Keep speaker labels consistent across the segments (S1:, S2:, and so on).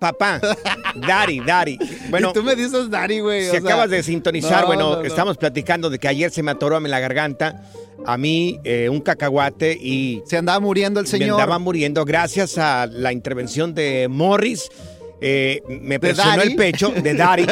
S1: Papá, Dari, Dari. Bueno,
S2: Y tú me dices Dari, güey.
S1: Si
S2: o sea,
S1: acabas de sintonizar,
S2: no,
S1: bueno,
S2: no, no.
S1: estamos platicando de que ayer se me atoró en la garganta a mí eh, un cacahuate y
S2: Se andaba muriendo el
S1: me
S2: señor.
S1: andaba muriendo gracias a la intervención de Morris. eh, me presionó
S2: Daddy?
S1: el pecho de Dari.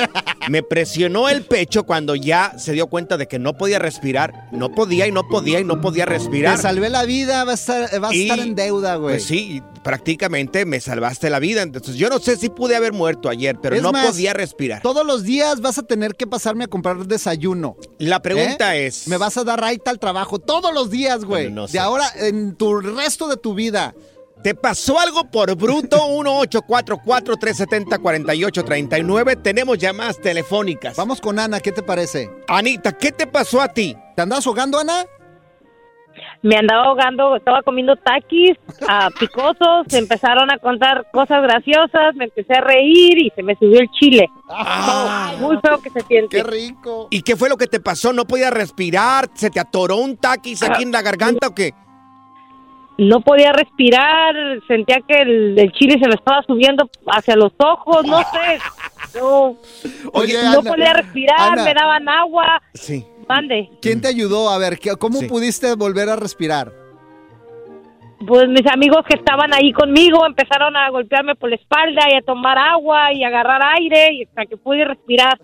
S1: me presionó el pecho cuando ya se dio cuenta de que no podía respirar. No podía y no podía y no podía
S2: Te
S1: respirar.
S2: salvé la vida, vas a estar, vas a
S1: Y,
S2: estar en deuda, güey.
S1: Pues sí, prácticamente me salvaste la vida. Entonces yo no sé si pude haber muerto ayer, pero
S2: Es
S1: no
S2: más,
S1: podía respirar.
S2: Todos los días vas a tener que pasarme a comprar desayuno.
S1: La pregunta
S2: ¿eh?
S1: es.
S2: Me vas a dar right al trabajo todos los días, güey.
S1: Bueno, no sé.
S2: De ahora, en tu resto de tu vida.
S1: ¿Te pasó algo por bruto? 1-844-370-4839. Tenemos llamadas telefónicas.
S2: Vamos con Ana, ¿qué te parece?
S1: Anita, ¿qué te pasó a ti?
S2: ¿Te andas ahogando, Ana?
S3: me andaba ahogando, estaba comiendo taquis ah, picosos, se empezaron a contar cosas graciosas, me empecé a reír y se me subió el chile.
S2: Ah.
S3: Muy feo que se siente.
S2: ¡Qué rico!
S1: ¿Y qué fue lo que te pasó? ¿No podías respirar? ¿Se te atoró un taquis aquí en la garganta o qué?
S3: No podía respirar, sentía que el, el chile se me estaba subiendo hacia los ojos, no sé. No,
S2: Oye,
S3: no
S2: Ana,
S3: podía respirar,
S2: Ana.
S3: me daban agua.
S1: Sí.
S3: Mande.
S2: ¿Quién te ayudó? A ver, ¿qué- ¿cómo
S1: Sí.
S2: pudiste volver a respirar?
S3: Pues mis amigos que estaban ahí conmigo empezaron a golpearme por la espalda y a tomar agua y a agarrar aire y hasta que pude respirar.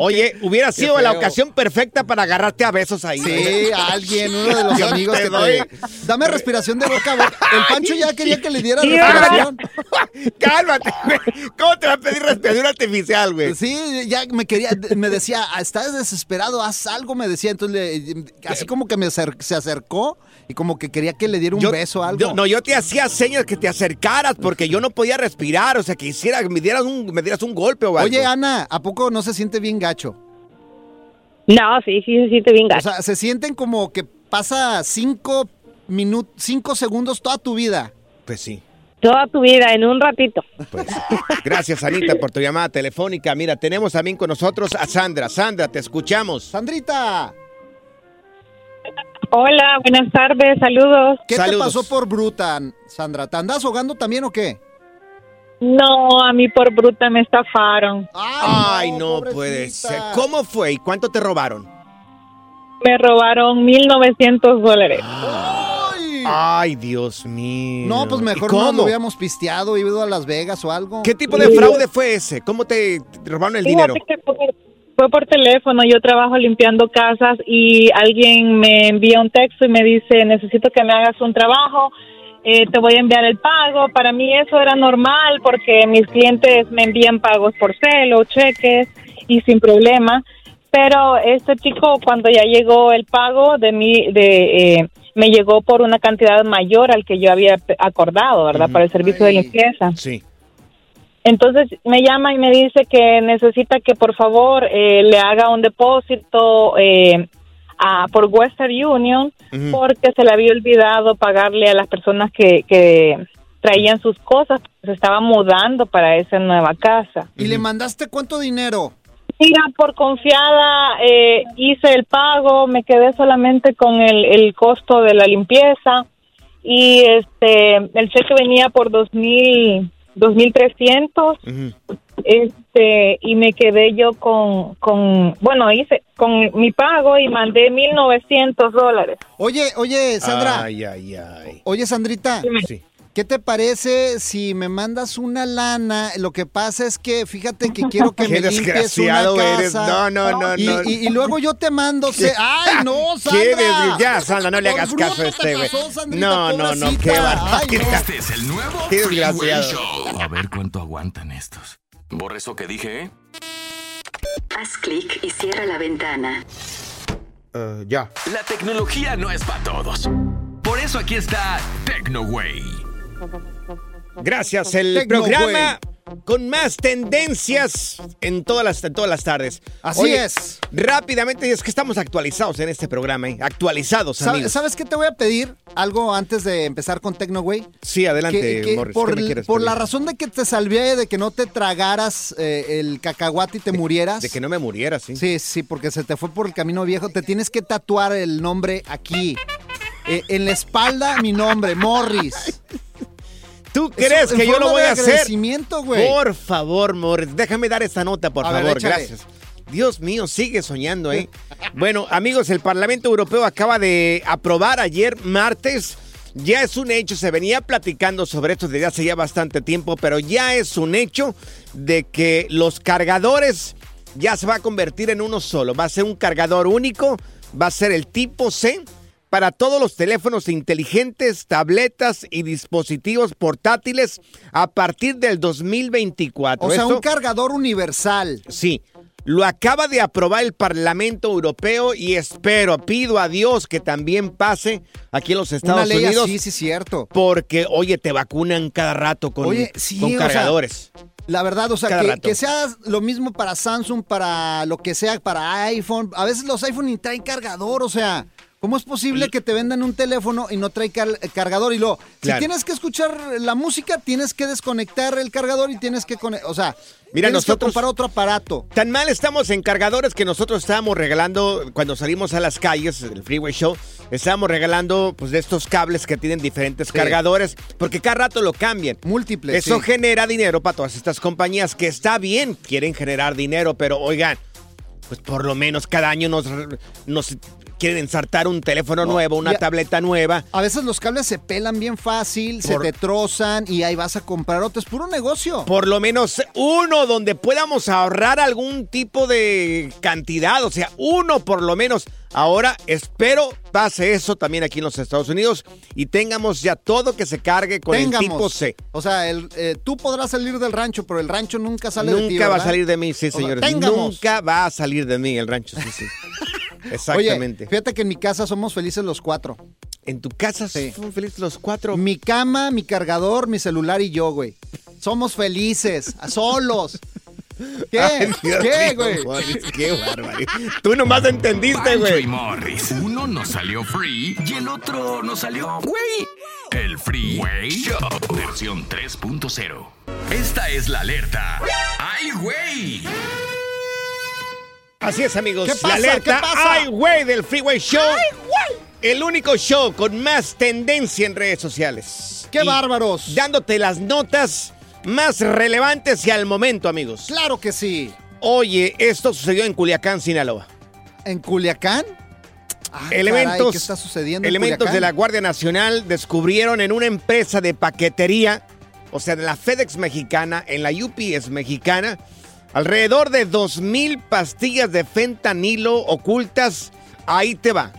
S1: Oye, hubiera
S2: qué
S1: sido la
S2: feo.
S1: ocasión perfecta para agarrarte a besos ahí.
S2: Sí, alguien, uno de los
S1: Yo
S2: amigos
S1: te
S2: que
S1: doy.
S2: te... Dame respiración de boca a boca. El Pancho ya quería que le diera
S3: Sí,
S2: respiración.
S1: Cálmate, güey. ¿Cómo te va a pedir respiración artificial, güey?
S2: Sí, ya me quería, me decía, "Ah, estás desesperado, haz algo, me decía. Entonces, le- así como que me acer- se acercó y como que quería que le diera un beso o algo.
S1: yo- no, yo te hacía señas que te acercaras porque yo no podía respirar, o sea, que hiciera, que me dieras un, me dieras un golpe o algo.
S2: Oye, Ana, ¿a poco no se siente bien gacho?
S3: No, sí, sí se siente bien
S2: O
S3: gacho.
S2: sea, se sienten como que pasa cinco minutos, cinco segundos toda tu vida.
S1: Pues sí.
S3: Toda tu vida, en un ratito.
S1: Pues, gracias, Anita, por tu llamada telefónica. Mira, tenemos también con nosotros a Sandra. Sandra, te escuchamos.
S2: Sandrita,
S3: Hola, buenas tardes, saludos.
S2: ¿qué
S1: Saludos.
S2: te pasó por bruta, Sandra? ¿Te andas ahogando también o qué?
S3: No, a mí por bruta me estafaron.
S1: Ay, no, puede
S2: pobrecita.
S1: ser. ¿Cómo fue y cuánto te robaron?
S3: Me robaron 1.900 dólares.
S2: Ay.
S1: Ay, Dios mío.
S2: No, pues
S1: ¿Y
S2: mejor no lo
S1: ¿Cómo?
S2: hubiéramos pisteado, ido a Las Vegas o algo.
S1: ¿Qué tipo de fraude fue ese? ¿Cómo te robaron el dinero?
S3: Fíjate que fue, fue por teléfono, yo trabajo limpiando casas y alguien me envía un texto y me dice, necesito que me hagas un trabajo, eh, te voy a enviar el pago. Para mí eso era normal porque mis clientes me envían pagos por celo, cheques y sin problema. Pero este chico cuando ya llegó el pago de mí, de, eh, me llegó por una cantidad mayor al que yo había acordado, ¿verdad? Para el servicio
S2: Ay.
S3: de limpieza.
S1: Sí.
S3: Entonces me llama y me dice que necesita que por favor eh, le haga un depósito eh, a- por Western Union
S1: Ujú.
S3: porque se le había olvidado pagarle a las personas que, que traían sus cosas, se estaba mudando para esa nueva casa.
S2: ¿Y le mandaste cuánto dinero?
S3: Mira, por confiada eh, hice el pago, me quedé solamente con el, el costo de la limpieza y este el cheque venía por 2000, 2300
S1: Ujú.
S3: este y me quedé yo con, con bueno hice con mi pago y mandé 1900 dólares
S2: Oye, oye, Eh, Sandra.
S1: Ay, ay, ay.
S2: Oye, Sandrita.
S1: Sí.
S2: ¿Qué te parece si me mandas una lana? Lo que pasa es que fíjate que quiero que
S1: Qué
S2: me limpies una
S1: desgraciado
S2: casa.
S1: eres. No, no, no,
S2: y,
S1: no.
S2: Y, y luego yo te mando. se- ¡Ay, no, Sandra!
S1: ¿Qué desgr- Ya, Sandra, no le
S2: Por
S1: hagas caso a
S2: bruto te
S1: este güey.
S2: pasó, Sandrita,
S1: No, no, no,
S2: pobrecita.
S1: qué
S2: Ay,
S1: barbaridad.
S4: Este es el nuevo
S1: Qué
S4: Freeway
S1: desgraciado.
S4: Show. A ver cuánto aguantan estos. Borre eso que dije, ¿eh?
S5: Haz clic y cierra la ventana.
S1: Eh, ya.
S4: La tecnología no es para todos. Por eso aquí está TecnoWay.
S1: Gracias, el
S2: Tecno,
S1: programa con más tendencias en todas las, en todas las tardes.
S2: Así es.
S1: Rápidamente, es que estamos actualizados en este programa, ¿eh? Actualizados,
S2: ¿Sabe-
S1: amigos.
S2: ¿Sabes qué te voy a pedir? Algo antes de empezar con Tecnoway.
S1: Sí, adelante,
S2: Que- que
S1: Morris. ¿qué
S2: por,
S1: me quieres
S2: por
S1: pedir?
S2: la razón de que te salvé de que no te tragaras eh, el cacahuate y te murieras.
S1: De que no me muriera, sí.
S2: Sí, sí, porque se te fue por el camino viejo. Te tienes que tatuar el nombre aquí. Eh, en la espalda, mi nombre, Morris.
S1: ¿Tú crees
S2: Eso en
S1: que yo
S2: forma
S1: lo voy
S2: de
S1: a hacer?
S2: agradecimiento, güey.
S1: Por favor, Morris, déjame dar esta nota, por
S2: A ver,
S1: favor.
S2: échale.
S1: Gracias. Dios mío, sigue soñando, ¿eh? bueno, amigos, el Parlamento Europeo acaba de aprobar ayer, martes. Ya es un hecho, se venía platicando sobre esto desde hace ya bastante tiempo, pero ya es un hecho de que los cargadores ya se va a convertir en uno solo. Va a ser un cargador único, va a ser el tipo C para todos los teléfonos inteligentes, tabletas y dispositivos portátiles a partir del 2024.
S2: O sea,
S1: Esto-
S2: un cargador universal.
S1: Sí. Lo acaba de aprobar el Parlamento Europeo y espero, pido a Dios que también pase aquí en los Estados
S2: Una ley
S1: Unidos.
S2: así, sí, cierto.
S1: Porque, oye, te vacunan cada rato con,
S2: Oye, sí,
S1: con
S2: o sea,
S1: cargadores.
S2: La verdad, o sea,
S1: Cada
S2: que,
S1: rato.
S2: que sea lo mismo para Samsung, para lo que sea, para iPhone. A veces los iPhone ni traen cargador, o sea, ¿cómo es posible que te vendan un teléfono y no trae car- eh, cargador? Y luego,
S1: Claro.
S2: si tienes que escuchar la música, tienes que desconectar el cargador y tienes que, cone- o sea,
S1: Mira,
S2: tienes
S1: nosotros-
S2: que comprar otro aparato.
S1: Tan mal estamos en cargadores que nosotros estábamos regalando cuando salimos a las calles, el Freeway Show, estábamos regalando pues de estos cables que tienen diferentes cargadores, porque cada rato lo cambian.
S2: Múltiples,
S1: Eso
S2: sí.
S1: genera dinero para todas estas compañías que está bien, quieren generar dinero, pero oigan, pues por lo menos cada año nos, nos quieren ensartar un teléfono nuevo, una
S2: ya-
S1: tableta nueva.
S2: A veces los cables se pelan bien fácil,
S1: Por-
S2: se te trozan y ahí vas a comprar otro. Es puro negocio.
S1: Por lo menos uno donde podamos ahorrar algún tipo de cantidad, o sea, uno por lo menos. Ahora espero pase eso también aquí en los Estados Unidos y tengamos ya todo que se cargue con el tipo C.
S2: O sea, el, eh, tú podrás salir del rancho, pero el rancho nunca sale de
S1: Nunca
S2: ti,
S1: va a
S2: ¿verdad?
S1: salir de mí, sí,
S2: O sea,
S1: señores.
S2: tengamos.
S1: Nunca va a salir de mí el rancho, sí, sí. Exactamente.
S2: Oye, fíjate que en mi casa somos felices los cuatro.
S1: en tu casa
S2: Sí.
S1: son felices los cuatro.
S2: Mi cama, mi cargador, mi celular y yo, güey. Somos felices, a solos. ¿Qué?
S1: Ay, Dios
S2: ¿Qué,
S1: mío,
S2: güey?
S1: Morris, Qué bárbaro. Tú nomás entendiste,
S4: Pancho y
S1: güey.
S4: Morris. Uno nos salió free y el otro nos salió güey. El Freeway Show, versión 3.0. Esta es la alerta. ¡Ay, güey!
S1: Así es, amigos.
S2: ¿Qué
S1: la
S2: pasa?
S1: alerta
S2: ¿Qué pasa?
S1: Ay, güey del Freeway Show. El único show con más tendencia en redes sociales.
S2: ¡Qué
S1: Y
S2: bárbaros!
S1: Dándote las notas más relevantes y al momento, amigos.
S2: Claro que sí.
S1: Oye, esto sucedió en Culiacán, Sinaloa.
S2: ¿En Culiacán? Ah,
S1: elementos
S2: caray, ¿Qué está sucediendo en
S1: elementos
S2: Culiacán?
S1: de la Guardia Nacional descubrieron en una empresa de paquetería, o sea, de la FedEx mexicana, en la UPS mexicana, alrededor de 2.000 pastillas de fentanilo ocultas. Ahí te va.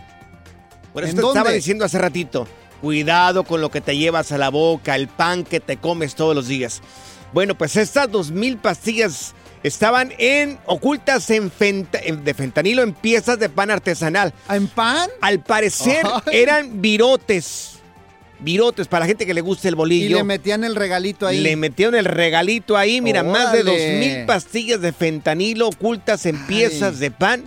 S1: Por eso
S2: ¿En
S1: te estaba
S2: dónde?
S1: diciendo hace ratito, cuidado con lo que te llevas a la boca, el pan que te comes todos los días. Bueno, pues estas 2.000 pastillas estaban en, ocultas en fenta- en- de fentanilo en piezas de pan artesanal.
S2: ¿Ah, ¿En pan?
S1: Al parecer
S2: Ay.
S1: eran virotes. Virotes, para la gente que le gusta el
S2: Y,
S1: bolillo.
S2: le metían el regalito ahí.
S1: Le metieron el regalito ahí, mira, más de dos
S2: Órale.
S1: mil pastillas de fentanilo ocultas en piezas de pan.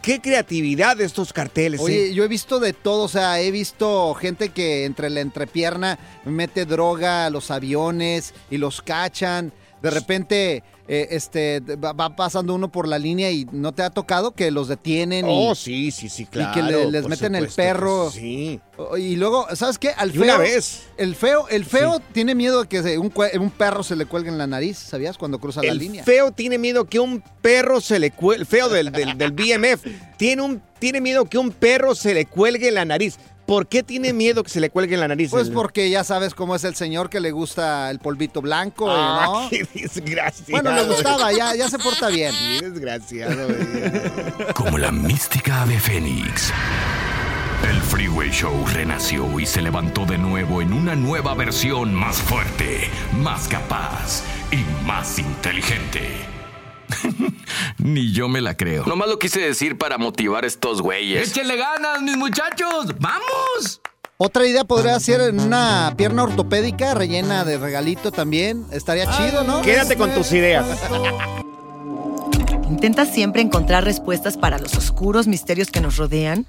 S1: Qué creatividad de estos carteles,
S2: Oye,
S1: ¿eh?
S2: yo he visto de todo, o sea, he visto gente que entre la entrepierna mete droga a los aviones y los cachan. De repente, eh, este, va, va pasando uno por la línea y no te ha tocado que los detienen.
S1: Oh, sí, sí, sí, claro.
S2: que le- les
S1: por
S2: meten el
S1: supuesto,
S2: perro.
S1: Sí.
S2: y, y luego, ¿sabes qué? Al
S1: Y
S2: feo,
S1: una vez.
S2: El feo, el feo tiene miedo de que se- un, cue- un perro se le cuelgue en la nariz, ¿sabías? Cuando cruza la
S1: El
S2: línea.
S1: feo tiene miedo que un perro se le cuelgue. El feo del, del, del BMF tiene, un, tiene miedo que un perro se le cuelgue en la nariz. ¿Por qué tiene miedo que se le cuelgue en la nariz?
S2: Pues
S1: El-
S2: porque ya sabes cómo es el señor que le gusta el polvito blanco, y
S1: Ah,
S2: ¿no?
S1: qué desgraciado.
S2: Bueno, le gustaba, ya, ya se porta bien.
S1: Qué desgraciado. eh. güey.
S4: Como la mística ave fénix. El Freeway Show renació y se levantó de nuevo en una nueva versión más fuerte, más capaz y más inteligente. Ni yo me la creo.
S6: Nomás lo quise decir para motivar a estos güeyes.
S4: ¡Échenle ganas, mis muchachos! ¡Vamos!
S2: Otra idea podría ser una pierna ortopédica rellena de regalito también. Estaría chido, ¿no?
S1: Ah. Quédate con tus ideas.
S7: ¿Intentas siempre encontrar respuestas para los oscuros misterios que nos rodean?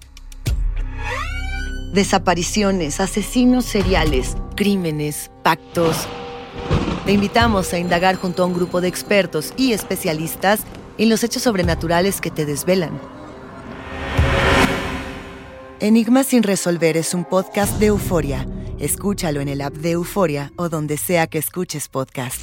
S8: Desapariciones, asesinos seriales.
S7: Crímenes, pactos. Te invitamos a indagar junto a un grupo de expertos y especialistas en los hechos sobrenaturales que te desvelan. Enigma sin resolver es un podcast de euforia. Escúchalo en el app de Euforia o donde sea que escuches podcast.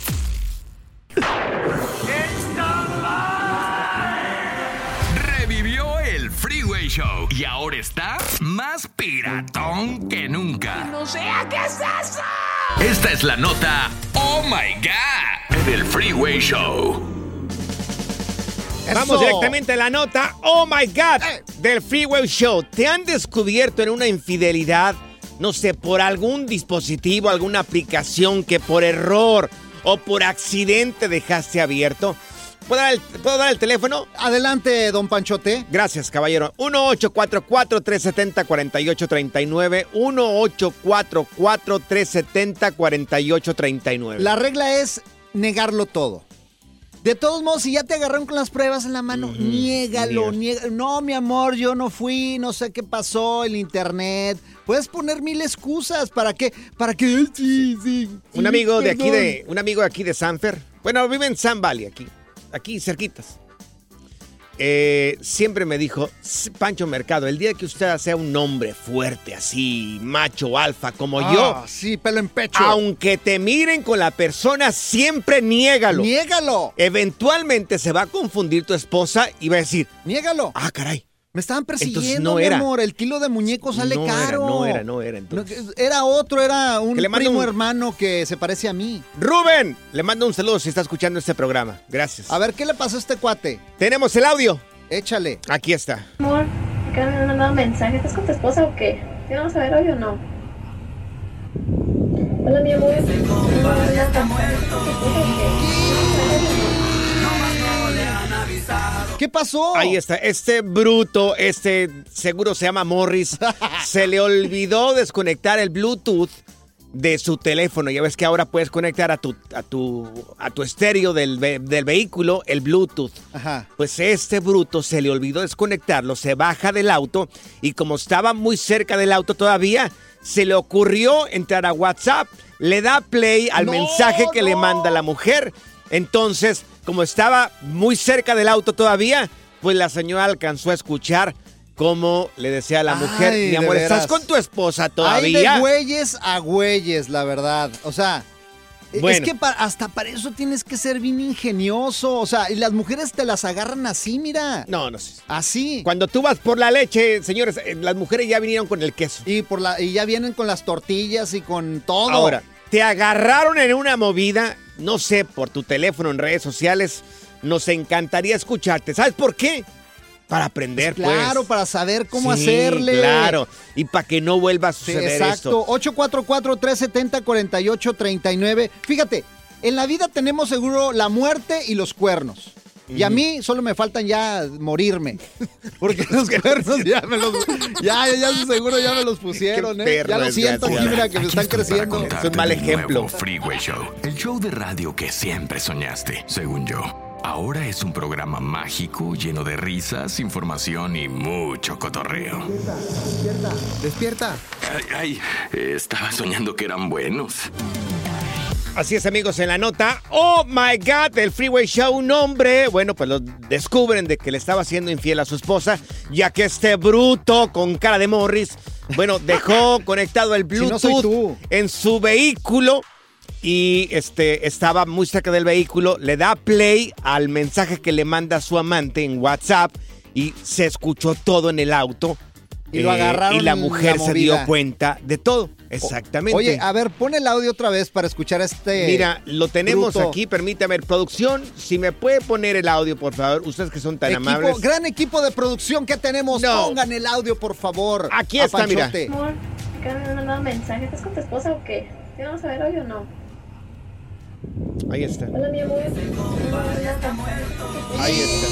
S4: Revivió el Freeway Show y ahora está más piratón que nunca. ¡No sé qué es eso! Esta es la nota ¡Oh my God! del Freeway Show.
S1: Vamos
S2: Eso. Eh.
S1: directamente a la nota. Oh my God del Freeway Show. ¿Te han descubierto en una infidelidad? No sé, por algún dispositivo, alguna aplicación que por error o por accidente dejaste abierto. ¿Puedo dar el, puedo dar el teléfono?
S2: Adelante, don Panchote.
S1: Gracias, caballero. 1844-370-4839. 1844-370-4839.
S2: La regla es negarlo todo. De todos modos, si ya te agarraron con las pruebas en la mano, niégalo, niega- No, mi amor, yo no fui, no sé qué pasó, el internet. Puedes poner mil excusas para que, para que, ay, sí, sí,
S1: Un
S2: sí,
S1: amigo de aquí
S2: perdón.
S1: de un amigo de aquí de Sanfer. Bueno, vive en San Valley aquí, aquí cerquitas. Eh, siempre me dijo "S- Pancho Mercado, el día que usted sea un hombre fuerte así, macho alfa como
S2: Ah,
S1: yo,
S2: sí, pelo en pecho.
S1: aunque te miren con la persona, siempre niégalo.
S2: Niégalo,
S1: Eventualmente se va a confundir tu esposa y va a decir,
S2: niégalo.
S1: ah, caray.
S2: Me estaban
S1: Entonces,
S2: persiguiendo,
S1: no
S2: mi
S1: era.
S2: amor. El kilo de muñeco sale
S1: no era,
S2: caro.
S1: no era, no era. Entonces.
S2: No, que- era otro, era un
S1: Que le mande
S2: primo
S1: un-
S2: hermano que se parece a mí.
S1: Rubén, le mando un saludo si está escuchando este programa. Gracias.
S2: A ver, ¿qué le pasó a este cuate?
S1: Tenemos el audio.
S2: Échale.
S1: Aquí está.
S9: Amor, acá me mandado un mensaje. ¿Estás con tu esposa o qué? ¿Ya vamos a ver hoy o no? Hola, mi amor.
S2: ¿Qué pasó?
S1: Ahí está, este bruto, este seguro se llama Morris, se le olvidó desconectar el Bluetooth de su teléfono. Ya ves que ahora puedes conectar a tu, a tu, a tu estéreo del, ve- del vehículo el Bluetooth.
S2: Ajá.
S1: Pues este bruto se le olvidó desconectarlo, se baja del auto y como estaba muy cerca del auto todavía, se le ocurrió entrar a WhatsApp, le da play al
S2: No,
S1: mensaje que le
S2: no.
S1: manda la mujer. Entonces, como estaba muy cerca del auto todavía, pues la señora alcanzó a escuchar cómo le decía a la
S2: Ay,
S1: mujer, mi
S2: de
S1: amor,
S2: veras.
S1: ¿estás con tu esposa
S2: Hay de
S1: todavía?
S2: güeyes a güeyes, la verdad. O sea, e- es
S1: Bueno.
S2: que pa- hasta para eso tienes que ser bien ingenioso. O sea, y las mujeres te las agarran así, mira.
S1: No, no sé.
S2: Así.
S1: Cuando tú vas por la leche, señores, eh, las mujeres ya vinieron con el queso.
S2: Y, por la, y ya vienen con las tortillas y con todo.
S1: Ahora, te agarraron en una movida, no sé, por tu teléfono, en redes sociales. Nos encantaría escucharte. ¿Sabes por qué? Para aprender,
S2: Claro,
S1: pues.
S2: para saber cómo
S1: Sí,
S2: hacerle.
S1: Claro, y para que no vuelva a
S2: Sí,
S1: suceder
S2: exacto.
S1: esto.
S2: 844-370-4839. Fíjate, en la vida tenemos seguro la muerte y los cuernos. Y a mí solo me faltan ya morirme. Porque los cuernos ya me los. Ya, ya, ya seguro ya me los pusieron,
S1: Qué
S2: ¿eh?
S1: perro
S2: ya lo siento aquí,
S1: desgraciado.
S2: mira, que me
S4: Aquí
S2: están
S4: estoy para
S2: creciendo.
S4: contarte
S1: Es un mal
S4: de nuevo
S1: ejemplo.
S4: Freeway Show, el show de radio que siempre soñaste, según yo. Ahora es un programa mágico lleno de risas, información y mucho cotorreo.
S2: Despierta.
S4: Ay, ay, estaba soñando que eran buenos.
S1: Así es, amigos, en la nota. Oh my God, el Freeway Show, un hombre. Bueno, pues lo descubren de que le estaba siendo infiel a su esposa, ya que este bruto con cara de Morris, bueno, dejó conectado el
S2: Si no
S1: Bluetooth
S2: soy tú.
S1: en su vehículo y este estaba muy cerca del vehículo. Le da play al mensaje que le manda su amante en WhatsApp y se escuchó todo en el auto.
S2: Y lo agarraron
S1: y la
S2: en
S1: mujer
S2: la
S1: se dio
S2: movida.
S1: cuenta de todo. Exactamente.
S2: Oye, a ver, pon el audio otra vez para escuchar a este.
S1: Mira, lo tenemos
S2: bruto.
S1: aquí, permítame, producción, si me puede poner el audio, por favor, ustedes que son tan
S2: Equipo-
S1: amables.
S2: gran equipo de producción que tenemos.
S1: No.
S2: Pongan el audio, por favor.
S1: Aquí está, mira.
S2: Apanchote.
S9: Amor, acá me han mandado mensaje. ¿Estás con tu esposa o qué? ¿Ya vamos a ver hoy o no?
S1: Ahí está.
S9: Hola, mi amor. Mm,
S1: Ahí está.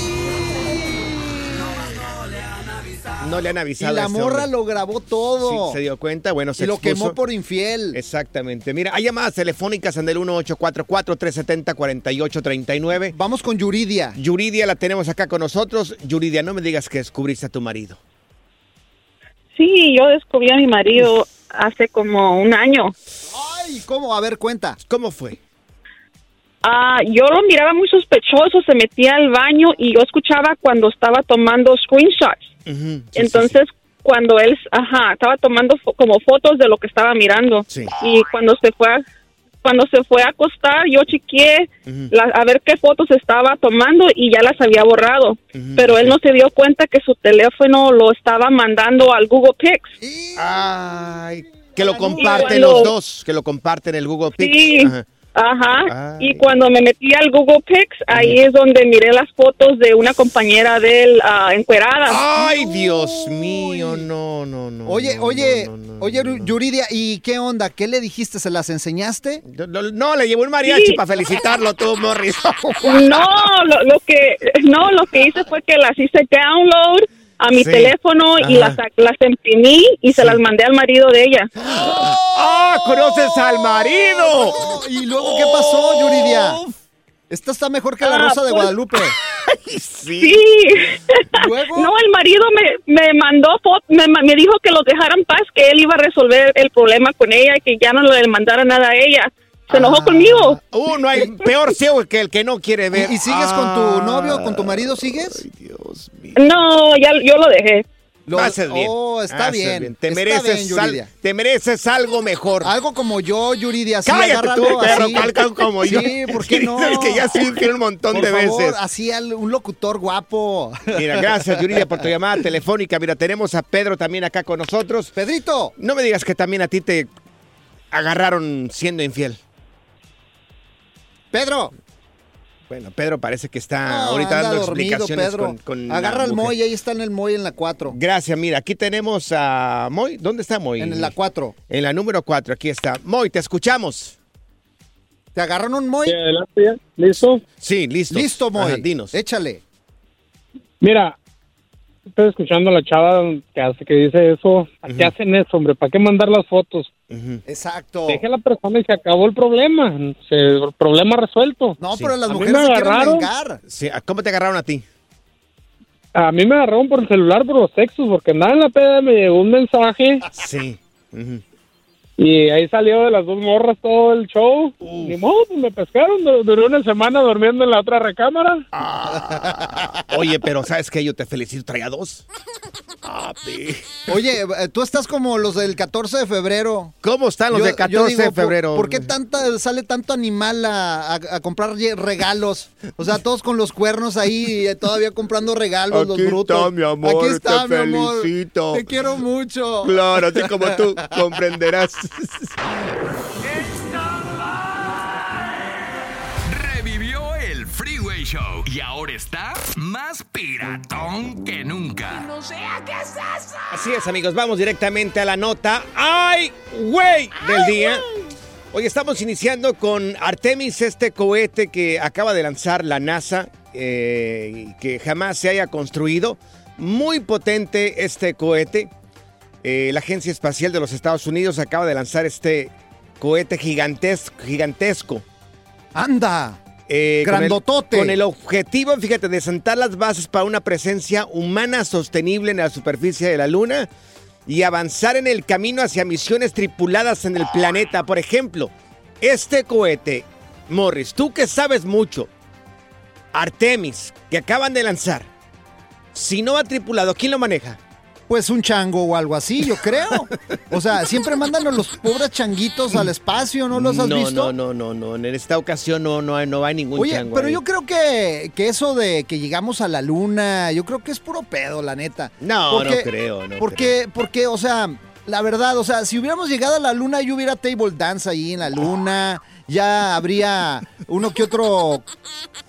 S1: No le han
S2: Y
S1: avisado. a
S2: la
S1: este
S2: morra
S1: hombre.
S2: lo grabó todo.
S1: Sí, se dio cuenta, bueno, se
S2: y lo
S1: expuso.
S2: quemó por infiel.
S1: Exactamente. Mira, hay llamadas telefónicas en el 1844-370-4839.
S2: Vamos con Yuridia.
S1: Yuridia la tenemos acá con nosotros. Yuridia, no me digas que descubriste a tu marido.
S10: Sí, yo descubrí a mi marido hace como un año.
S2: Ay, ¿cómo? A ver, cuenta.
S1: ¿Cómo fue?
S10: Ah, yo lo miraba muy sospechoso, se metía al baño y yo escuchaba cuando estaba tomando screenshots.
S1: Ujú, sí,
S10: Entonces, cuando él, ajá, estaba tomando fo- como fotos de lo que estaba mirando.
S1: Sí.
S10: Y cuando se fue a, cuando se fue a acostar, yo chequeé
S1: Ujú.
S10: la- a ver qué fotos estaba tomando y ya las había borrado.
S1: Ujú.
S10: Pero él no se dio cuenta que su teléfono lo estaba mandando al Google Pics.
S1: ¡Eh! Ay, que lo
S10: Y
S1: comparten
S10: cuando-
S1: los dos, que lo comparten el Google Pics.
S10: Sí.
S1: Ajá. Ah.
S10: Ajá.
S1: Ay.
S10: Y cuando me metí al Google Pics, ahí es donde miré las fotos de una compañera de él ah, encuerada.
S1: Ay, Dios mío, no, no, no.
S2: Oye,
S1: no,
S2: oye,
S1: no, no, no,
S2: oye,
S1: no, no.
S2: Yuridia, ¿y qué onda? ¿Qué le dijiste? ¿Se las enseñaste?
S1: No, no, no, le llevó un mariachi
S10: Sí.
S1: para felicitarlo tú, Morris.
S10: No, lo, lo que no lo que hice fue que las hice download a mi
S1: Sí.
S10: teléfono y
S1: Ajá.
S10: las las imprimí y se
S1: Sí.
S10: las mandé al marido de ella.
S1: ¡Ah, conoces al marido!
S2: Oh, ¿Y luego qué pasó, Yuridia? Esta está mejor que la
S10: Ah,
S2: Rosa de
S10: pues-
S2: Guadalupe.
S10: Sí.
S2: Luego-
S10: No, el marido me, me mandó fo- me, ma- me dijo que los dejaran en paz, que él iba a resolver el problema con ella y que ya no le mandara nada a ella. Se enojó
S2: Ah.
S10: conmigo.
S1: Uh, no hay peor ciego que el que no quiere ver.
S2: ¿Y, y sigues con
S1: Ah.
S2: tu novio, con tu marido? ¿Sigues?
S1: Dios mío.
S10: No, ya yo lo dejé.
S2: Lo-
S1: Haces bien.
S2: Oh, está
S1: haces
S2: bien.
S1: Te,
S2: está
S1: mereces
S2: bien,
S1: al-
S2: Yuridia.
S1: te mereces algo mejor.
S2: Algo como yo, Yuridia. Sí,
S1: Cállate
S2: agarra
S1: tú,
S2: algo
S1: perro,
S2: así.
S1: calca como yo.
S2: Sí, ¿por qué no?
S1: Es que ya sí tiene un montón
S2: Por
S1: de
S2: favor,
S1: veces.
S2: así al- un locutor guapo.
S1: Mira, gracias, Yuridia, por tu llamada telefónica. Mira, tenemos a Pedro también acá con nosotros.
S2: Pedrito,
S1: No me digas que también a ti te agarraron siendo infiel.
S2: Pedro.
S1: Bueno, Pedro parece que está
S2: Ah,
S1: ahorita
S2: anda
S1: dando
S2: dormido,
S1: explicaciones
S2: Pedro.
S1: con, con la
S2: Agarra el
S1: mujer.
S2: Moy, ahí está en el Moy en la 4.
S1: Gracias, mira, aquí tenemos a Moy. ¿Dónde está Moy?
S2: En la 4.
S1: En la número 4, aquí está. Moy, te escuchamos.
S2: ¿Te agarraron un Moy?
S11: adelante ya. ¿Listo?
S1: Sí, listo.
S2: Listo, Moy.
S1: Ajá, dinos.
S2: Échale.
S11: Mira, estoy escuchando a la chava que hace que dice eso. ¿Para qué hacen eso, hombre? ¿Para qué mandar las fotos?
S1: Ujú.
S2: Exacto.
S11: Deje a la persona y se acabó el problema. Se, el problema resuelto.
S2: No,
S1: Sí.
S2: pero las
S11: A mí
S2: mujeres
S11: me
S2: se quieren
S11: agarraron.
S2: vengar.
S1: Sí, ¿Cómo te agarraron a ti?
S11: A mí me agarraron por el celular por los sexos, porque andaba en la peda, me llegó un mensaje
S1: Sí. Ujú.
S11: y ahí salió de las dos morras todo el show. Ni modo, pues me pescaron. Du- Duré una semana durmiendo en la otra recámara.
S1: Ah, Oye, pero ¿sabes qué? Yo te felicito. Traía dos. Ah, pi.
S2: Oye, eh, tú estás como los del 14 de febrero.
S1: ¿Cómo están los
S2: Yo-
S1: de
S2: yo
S1: 14 de
S2: digo, ¿por-
S1: febrero?
S2: ¿Por, qué tanta, sale tanto animal a, a- a comprar ye- regalos? O sea, todos con los cuernos ahí, eh, todavía comprando regalos, los
S1: Aquí
S2: brutos.
S1: está, mi amor,
S2: Aquí está,
S1: te
S2: mi amor.
S1: felicito.
S2: Te quiero mucho.
S1: Claro, así como tú comprenderás.
S4: Revivió el Freeway Show y ahora está más piratón que nunca.
S1: Así es, amigos, vamos directamente a la nota. ¡Ay, güey! Del día. Hoy estamos iniciando con Artemis, este cohete que acaba de lanzar la NASA, eh, y que jamás se haya construido. Muy potente este cohete. Eh, la Agencia Espacial de los Estados Unidos acaba de lanzar este cohete gigantesco. gigantesco
S2: Anda.
S1: eh, con el-
S2: Grandotote.
S1: Con el, objetivo, fíjate, de sentar las bases para una presencia humana sostenible en la superficie de la Luna y avanzar en el camino hacia misiones tripuladas en el planeta. Por ejemplo, este cohete, Morris, tú que sabes mucho, Artemis, que acaban de lanzar, si no va tripulado, ¿quién lo maneja?
S2: Pues un chango o algo así, yo creo. O sea, siempre mandan a los pobres changuitos al espacio, ¿no los has
S1: no,
S2: visto?
S1: No, no, no, no. En esta ocasión no, no, hay- no hay ningún
S2: Oye,
S1: chango
S2: pero
S1: ahí.
S2: yo creo que, que eso de que llegamos a la luna, yo creo que es puro pedo, la neta.
S1: No, no creo, no
S2: porque, Porque, o sea, la verdad, o sea, si hubiéramos llegado a la luna, yo hubiera table dance ahí en la luna, ya habría uno que otro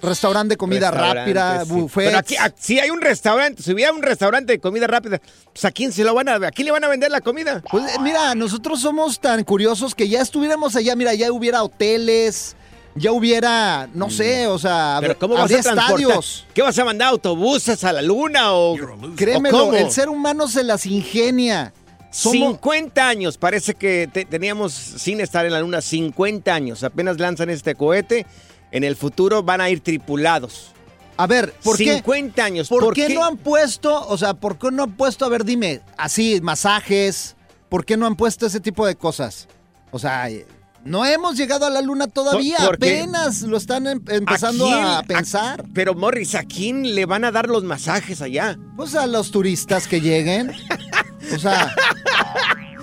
S2: restaurante de comida
S1: Restaurantes,
S2: rápida,
S1: sí.
S2: buffet.
S1: Pero aquí, a- si hay un restaurante, si hubiera un restaurante de comida rápida, pues ¿a quién se lo van a, a quién le van a vender la comida?
S2: Pues eh, mira, nosotros somos tan curiosos que ya estuviéramos allá, mira, ya hubiera hoteles, ya hubiera, no sé, o sea,
S1: Mm. Pero ¿cómo vas
S2: habría
S1: a transportar?
S2: estadios.
S1: ¿Qué vas a mandar autobuses a la luna o
S2: Créemelo,
S1: ¿o cómo?
S2: el ser humano se las ingenia. Somos-
S1: 50 años, parece que te- teníamos sin estar en la luna 50 años. Apenas lanzan este cohete, en el futuro van a ir tripulados.
S2: A ver, ¿por qué?
S1: 50 años.
S2: ¿Por, qué, no han puesto, o sea, por qué no han puesto, a ver, dime, así, masajes? ¿Por qué no han puesto ese tipo de cosas? O sea, eh, no hemos llegado a la luna todavía,
S1: Por- porque-
S2: apenas lo están em- empezando
S1: quién?
S2: a,
S1: ¿A-
S2: pensar.
S1: Pero Morris, ¿a quién le van a dar los masajes allá?
S2: Pues a los turistas que lleguen. O sea,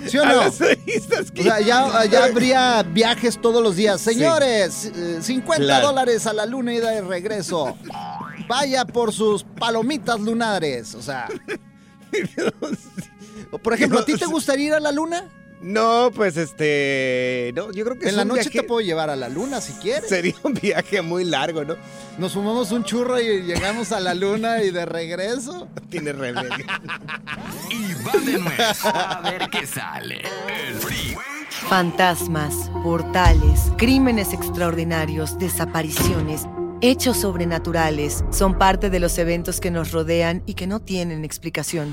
S2: ¿sí o
S1: A
S2: no?
S1: los turistas que-
S2: O sea, ya, ya habría viajes todos los días. Señores, eh, 50
S1: Claro.
S2: dólares a la luna y de regreso. Vaya por sus palomitas lunares. O sea. Por ejemplo, ¿a ti te gustaría ir a la luna?
S1: No, pues este. No, yo creo que es
S2: En la
S1: un
S2: noche
S1: viaje-
S2: te puedo llevar a la luna si quieres.
S1: Sería un viaje muy largo, ¿no?
S2: Nos fumamos un churro y llegamos a la luna y de regreso.
S1: Tiene remedio.
S4: Y va de nuez. A ver qué sale. El Freeway Show.
S7: Fantasmas, portales, crímenes extraordinarios, desapariciones, hechos sobrenaturales son parte de los eventos que nos rodean y que no tienen explicación.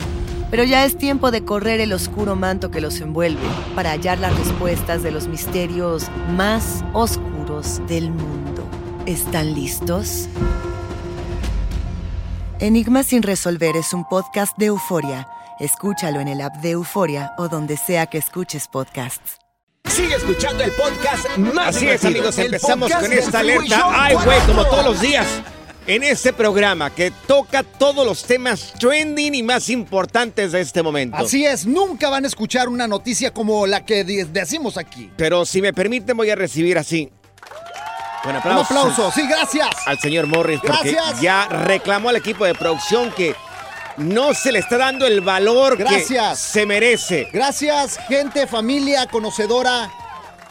S7: Pero ya es tiempo de correr el oscuro manto que los envuelve para hallar las respuestas de los misterios más oscuros del mundo. ¿Están listos? Enigma sin resolver es un podcast de euforia. Escúchalo en el app de Euforia o donde sea que escuches podcasts.
S1: Sigue escuchando el podcast más Así es,
S12: divertido.
S1: amigos,
S12: El
S1: empezamos
S12: podcast
S1: con
S12: del
S1: esta
S12: Freeway
S1: alerta.
S12: Show.
S1: Ay, güey,
S12: ¡Cuatro!
S1: como todos los días. En este programa que toca todos los temas trending y más importantes de este momento.
S2: Así es, nunca van a escuchar una noticia como la que de- decimos aquí.
S1: Pero si me permiten, voy a recibir así. Un
S2: Un
S1: aplauso.
S2: aplauso, sí, gracias.
S1: Al señor Morris, porque
S2: Gracias.
S1: ya reclamó al equipo de producción que no se le está dando el valor
S2: Gracias.
S1: que se merece.
S2: Gracias, gente, familia, conocedora.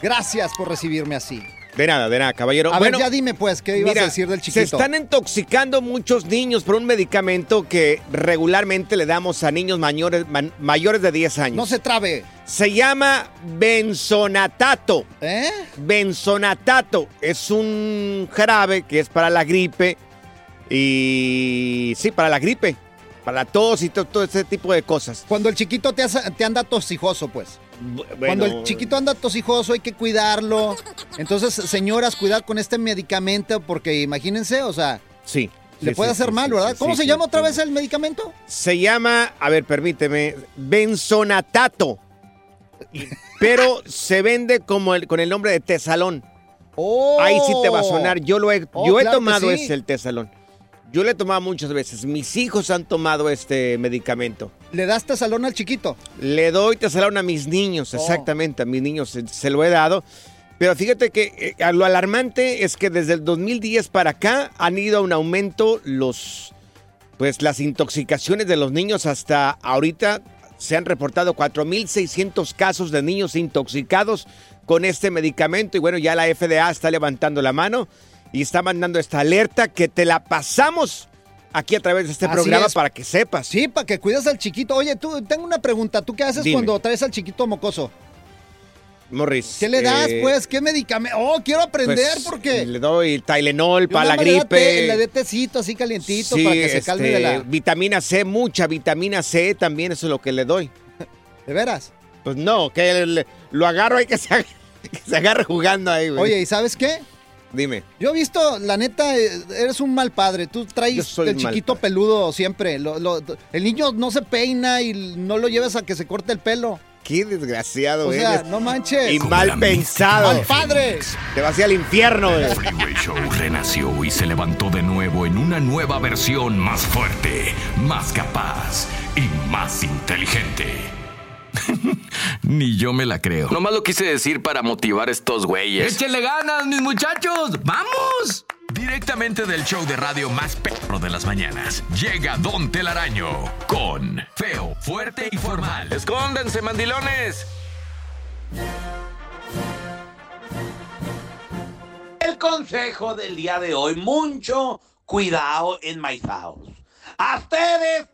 S2: Gracias por recibirme así.
S1: De nada, de nada, caballero.
S2: A
S1: bueno,
S2: ver, ya dime pues, ¿qué ibas
S1: mira,
S2: a decir del
S1: Se
S2: chiquito?
S1: están intoxicando muchos niños por un medicamento que regularmente le damos a niños mayores, man- mayores de 10 años.
S2: No se trabe.
S1: Se llama benzonatato.
S2: ¿Eh?
S1: Benzonatato es un jarabe que es para la gripe y sí, para la gripe, para la tos y to- todo, ese tipo de cosas.
S2: Cuando el chiquito te, hace- te anda tosijoso, pues.
S1: Bu-
S2: Cuando
S1: bueno,
S2: el chiquito anda tosijoso hay que cuidarlo. Entonces, señoras, cuidad con este medicamento porque imagínense, o sea,
S1: sí,
S2: le
S1: sí,
S2: puede
S1: sí,
S2: hacer
S1: sí,
S2: mal,
S1: sí,
S2: ¿verdad?
S1: sí,
S2: ¿Cómo
S1: sí,
S2: se
S1: sí,
S2: llama
S1: sí.
S2: otra vez el medicamento?
S1: Se llama, a ver, permíteme, benzonatato. Y- Pero se vende como el, con el nombre de tesalón. Ahí sí te va a sonar. Yo lo he,
S2: Oh,
S1: yo he
S2: claro que
S1: tomado
S2: sí.
S1: ese, el tesalón. Yo lo he tomado muchas veces. Mis hijos han tomado este medicamento.
S2: Le das tasalón al chiquito. Oh.
S1: Le doy tesalón a mis niños, exactamente, a mis niños se, se lo he dado. Pero fíjate que eh, a lo alarmante es que desde el 2010 para acá han ido a un aumento los, pues las intoxicaciones de los niños hasta ahorita se han reportado 4.600 casos de niños intoxicados con este medicamento y bueno, ya la FDA está levantando la mano y está mandando esta alerta que te la pasamos aquí a través de este
S2: Así
S1: programa
S2: es.
S1: para que sepas.
S2: Sí, para que cuidas al chiquito. Oye, tú, tengo una pregunta. ¿Tú qué haces
S1: Dime.
S2: cuando traes al chiquito mocoso?
S1: Morris.
S2: ¿Qué le das,
S1: eh,
S2: pues? ¿Qué medicamento? Oh, quiero aprender
S1: pues,
S2: porque...
S1: Le doy
S2: Yo
S1: Tylenol
S2: nada
S1: para la
S2: más le da té- Le
S1: gripe.
S2: dé tecito así calientito
S1: Sí,
S2: para que se
S1: este,
S2: calme de la...
S1: Vitamina C, mucha vitamina C también, eso es lo que le doy.
S2: ¿De veras?
S1: Pues no, que el- lo agarro hay que se, ag- que se agarre jugando ahí, güey.
S2: Oye, ¿y sabes qué?
S1: Dime.
S2: Yo he visto, la neta, eh, eres un mal padre. Tú
S1: Yo
S2: traes
S1: soy
S2: el
S1: un mal
S2: chiquito peludo siempre. Lo- lo- el niño no se peina y no lo llevas a que se corte el pelo.
S1: Qué desgraciado
S2: O sea,
S1: eres.
S2: no manches.
S1: Y mal pensado.
S2: Mal padre.
S1: Te vas a ir al infierno. güey.
S4: El Freeway Show renació y se levantó de nuevo en una nueva versión más fuerte, más capaz y más inteligente. Ni yo me la creo.
S6: Nomás lo quise decir para motivar a estos güeyes.
S4: ¡Échenle ganas, mis muchachos! ¡Vamos! Directamente del show de radio más perro de las mañanas, llega Don Telaraño con Feo, Fuerte y Formal.
S6: ¡Escóndanse, mandilones!
S12: El consejo del día de hoy, mucho cuidado enmaizados. A ustedes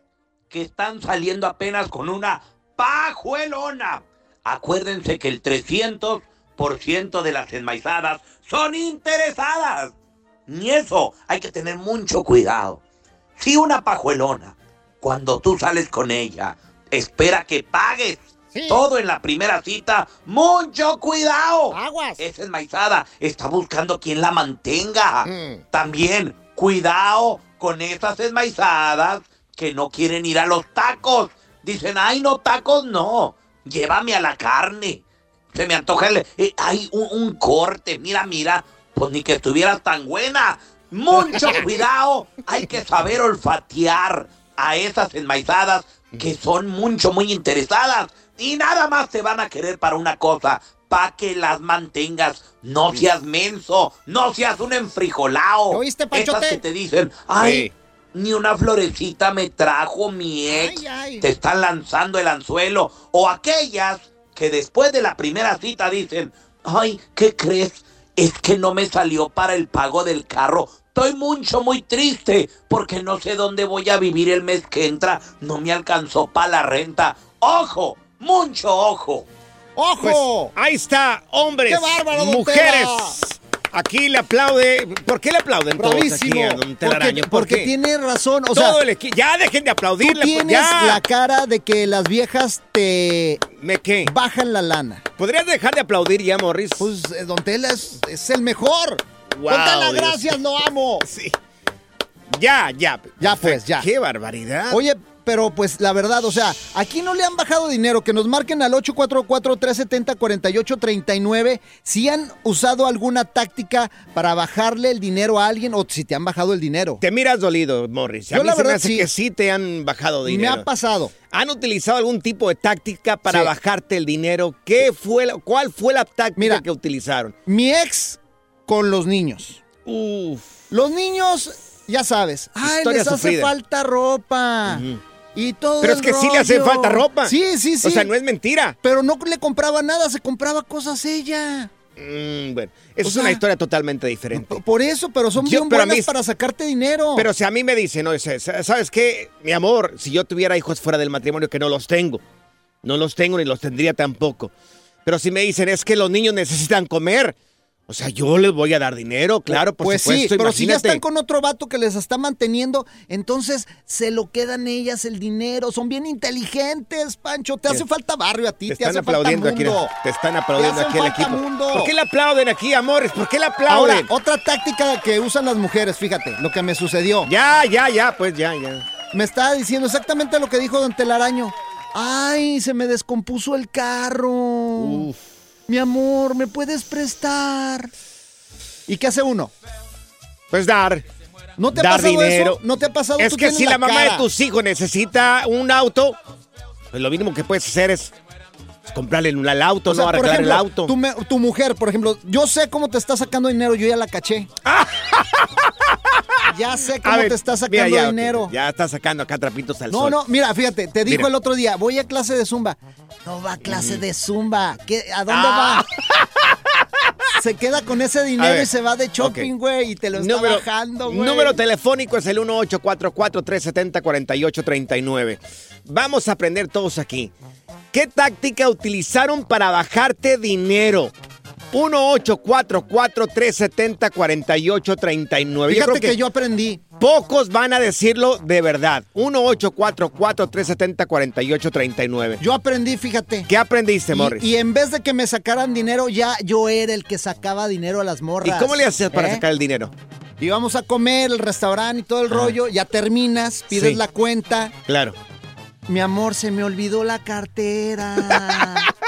S12: que están saliendo apenas con una pajuelona, acuérdense que el 300% de las enmaizadas son interesadas. Ni eso, hay que tener mucho cuidado. Si una pajuelona, cuando tú sales con ella, espera que pagues todo en la primera cita, mucho cuidado. Aguas. Esa enmaizada está buscando quien la mantenga. También, cuidado con esas enmaizadas que no quieren ir a los tacos. Dicen, ay, no, tacos no. Llévame a la carne. Se me antoja el- eh, ay, un, un corte. Mira, mira. Pues ni que estuvieras tan buena. Mucho cuidado. Hay que saber olfatear a esas enmaizadas que son mucho, muy interesadas. Y nada más te van a querer para una cosa. Pa' que las mantengas. No seas menso. No seas un enfrijolao.
S13: ¿Oíste, Panchote?
S12: Esas que te dicen, ay, ni una florecita me trajo mi ex. Te están lanzando el anzuelo. O aquellas que después de la primera cita dicen, ay, ¿qué crees? Es que no me salió para el pago del carro. Estoy mucho, muy triste porque no sé dónde voy a vivir el mes que entra. No me alcanzó para la renta. ¡Ojo! ¡Mucho ojo!
S1: ¡Ojo! Pues, ahí está, hombres,
S12: ¡Qué bárbaro, don
S1: mujeres.
S12: Tela!
S1: Aquí le aplaude. ¿Por qué le aplauden todos aquí
S2: Bravísimo.
S1: a don Telaraño?
S2: Porque- porque tiene razón, o sea,
S1: Todo el equi- ya dejen de
S2: Tú
S1: aplaudirle. pues,
S2: tienes
S1: ya.
S2: la cara de que las viejas te
S1: ¿Me qué?
S2: bajan la lana.
S1: ¿Podrías dejar de aplaudir ya, Morris?
S2: Pues eh, Don Tela es, es el mejor.
S1: Wow,
S2: Don Tela,
S1: Dios.
S2: gracias, lo amo.
S1: Sí. Ya, ya.
S2: Ya pues, ya.
S1: Qué barbaridad.
S2: Oye, pero pues la verdad, o sea, aquí no le han bajado dinero. Que nos marquen al 844-370-4839 si han usado alguna táctica para bajarle el dinero a alguien o si te han bajado el dinero.
S1: Te miras dolido, Morris. A
S2: Yo
S1: mí
S2: la
S1: se me
S2: verdad
S1: hace
S2: sí.
S1: que sí te han bajado
S2: Me
S1: dinero.
S2: ha pasado.
S1: ¿Han utilizado algún tipo de táctica para
S2: Sí.
S1: bajarte el dinero? ¿Qué fue la- ¿Cuál fue la táctica
S2: Mira.
S1: que utilizaron?
S2: Mi ex con los niños. Los niños, ya sabes, ay,
S1: Historia
S2: les hace
S1: sufrida.
S2: falta ropa. Y todo
S1: Pero es
S2: el
S1: que sí le hace
S2: rollo.
S1: falta ropa.
S2: Sí, sí, sí.
S1: O sea, no es mentira.
S2: Pero no le compraba nada, se compraba cosas ella.
S1: Mm, bueno, eso
S2: O
S1: es una
S2: sea,
S1: historia totalmente diferente.
S2: Por eso, pero son
S1: Yo-
S2: bien
S1: pero a mí
S2: buenas
S1: es-
S2: para sacarte dinero.
S1: Pero si a mí me dicen, no, es- es- ¿sabes qué? Mi amor, si yo tuviera hijos fuera del matrimonio, que no los tengo. No los tengo ni los tendría tampoco. Pero si me dicen, es que los niños necesitan comer. O sea, yo les voy a dar dinero, claro, por
S2: pues
S1: supuesto.
S2: sí, pero si ya
S1: imagínate.
S2: están con otro vato que les está manteniendo, entonces se lo quedan ellas el dinero. Son bien inteligentes, Pancho. Te hace falta barrio a ti,
S1: Te
S2: te,
S1: están
S2: hace
S1: aplaudiendo
S2: falta
S1: aquí.
S2: mundo.
S1: Te están aplaudiendo
S2: Te hacen
S1: aquí al
S2: falta
S1: equipo.
S2: mundo.
S1: ¿Por qué le aplauden aquí, amores? ¿Por qué le
S2: Ahora,
S1: aplauden?
S2: otra táctica que usan las mujeres, fíjate, lo que me sucedió.
S1: Ya, ya, ya, pues ya, ya.
S2: Me estaba diciendo exactamente lo que dijo Don Telaraño. Ay, se me descompuso el carro. Mi amor, ¿me puedes prestar? ¿Y qué hace uno?
S1: Pues dar.
S2: ¿No te ha
S1: dar
S2: pasado
S1: dinero.
S2: eso? ¿No te ha pasado?
S1: Es
S2: Tú
S1: que
S2: tienes
S1: si la, mamá
S2: cara.
S1: de tus hijos necesita un auto, pues lo mínimo que puedes hacer es pues, comprarle un, el auto,
S2: O sea,
S1: no
S2: por
S1: arreglar
S2: ejemplo,
S1: el auto.
S2: Tu, me- tu mujer, por ejemplo, yo sé cómo te está sacando dinero, yo ya la caché. ya sé
S1: A
S2: cómo
S1: ver,
S2: te está
S1: mira,
S2: sacando
S1: ya, ok,
S2: dinero.
S1: ya está sacando acá trapitos al
S2: No,
S1: sol.
S2: no, mira, fíjate, te dijo
S1: Mira. Mm.
S2: el otro día, voy a clase de zumba. No va a clase de zumba. ¿Qué, ¿A dónde
S1: Ah.
S2: va? Se queda con ese
S1: A
S2: dinero
S1: ver,
S2: y se va de shopping,
S1: ok.
S2: güey, y te lo está
S1: Número-
S2: bajando, güey.
S1: Número telefónico es el 1844-370-4839. Vamos a aprender todos aquí. ¿Qué táctica utilizaron para bajarte dinero? 1844-370-4839.
S2: Fíjate
S1: creo
S2: que... yo aprendí.
S1: Pocos van a decirlo de verdad. 1-844-370-4839.
S2: Yo aprendí, fíjate.
S1: ¿Qué aprendiste, Morris?
S2: Y, y en vez de que me sacaran dinero, ya yo era el que sacaba dinero a las
S1: ¿Y
S2: morras.
S1: cómo le haces para
S2: ¿Eh?
S1: sacar el dinero?
S2: Íbamos a comer, el restaurante y todo el rollo, ya terminas, pides
S1: Sí.
S2: la cuenta
S1: Claro.
S2: Mi amor, se me olvidó la cartera.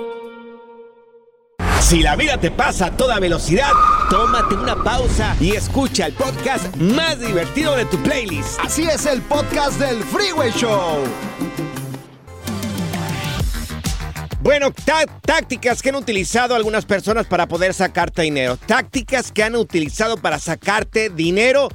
S1: Si la vida te pasa a toda velocidad, tómate una pausa y escucha el podcast más divertido de tu playlist.
S2: Así es el podcast del Freeway Show.
S1: Bueno, tá- tácticas que han utilizado algunas personas para poder sacarte dinero. Tácticas que han utilizado para sacarte dinero.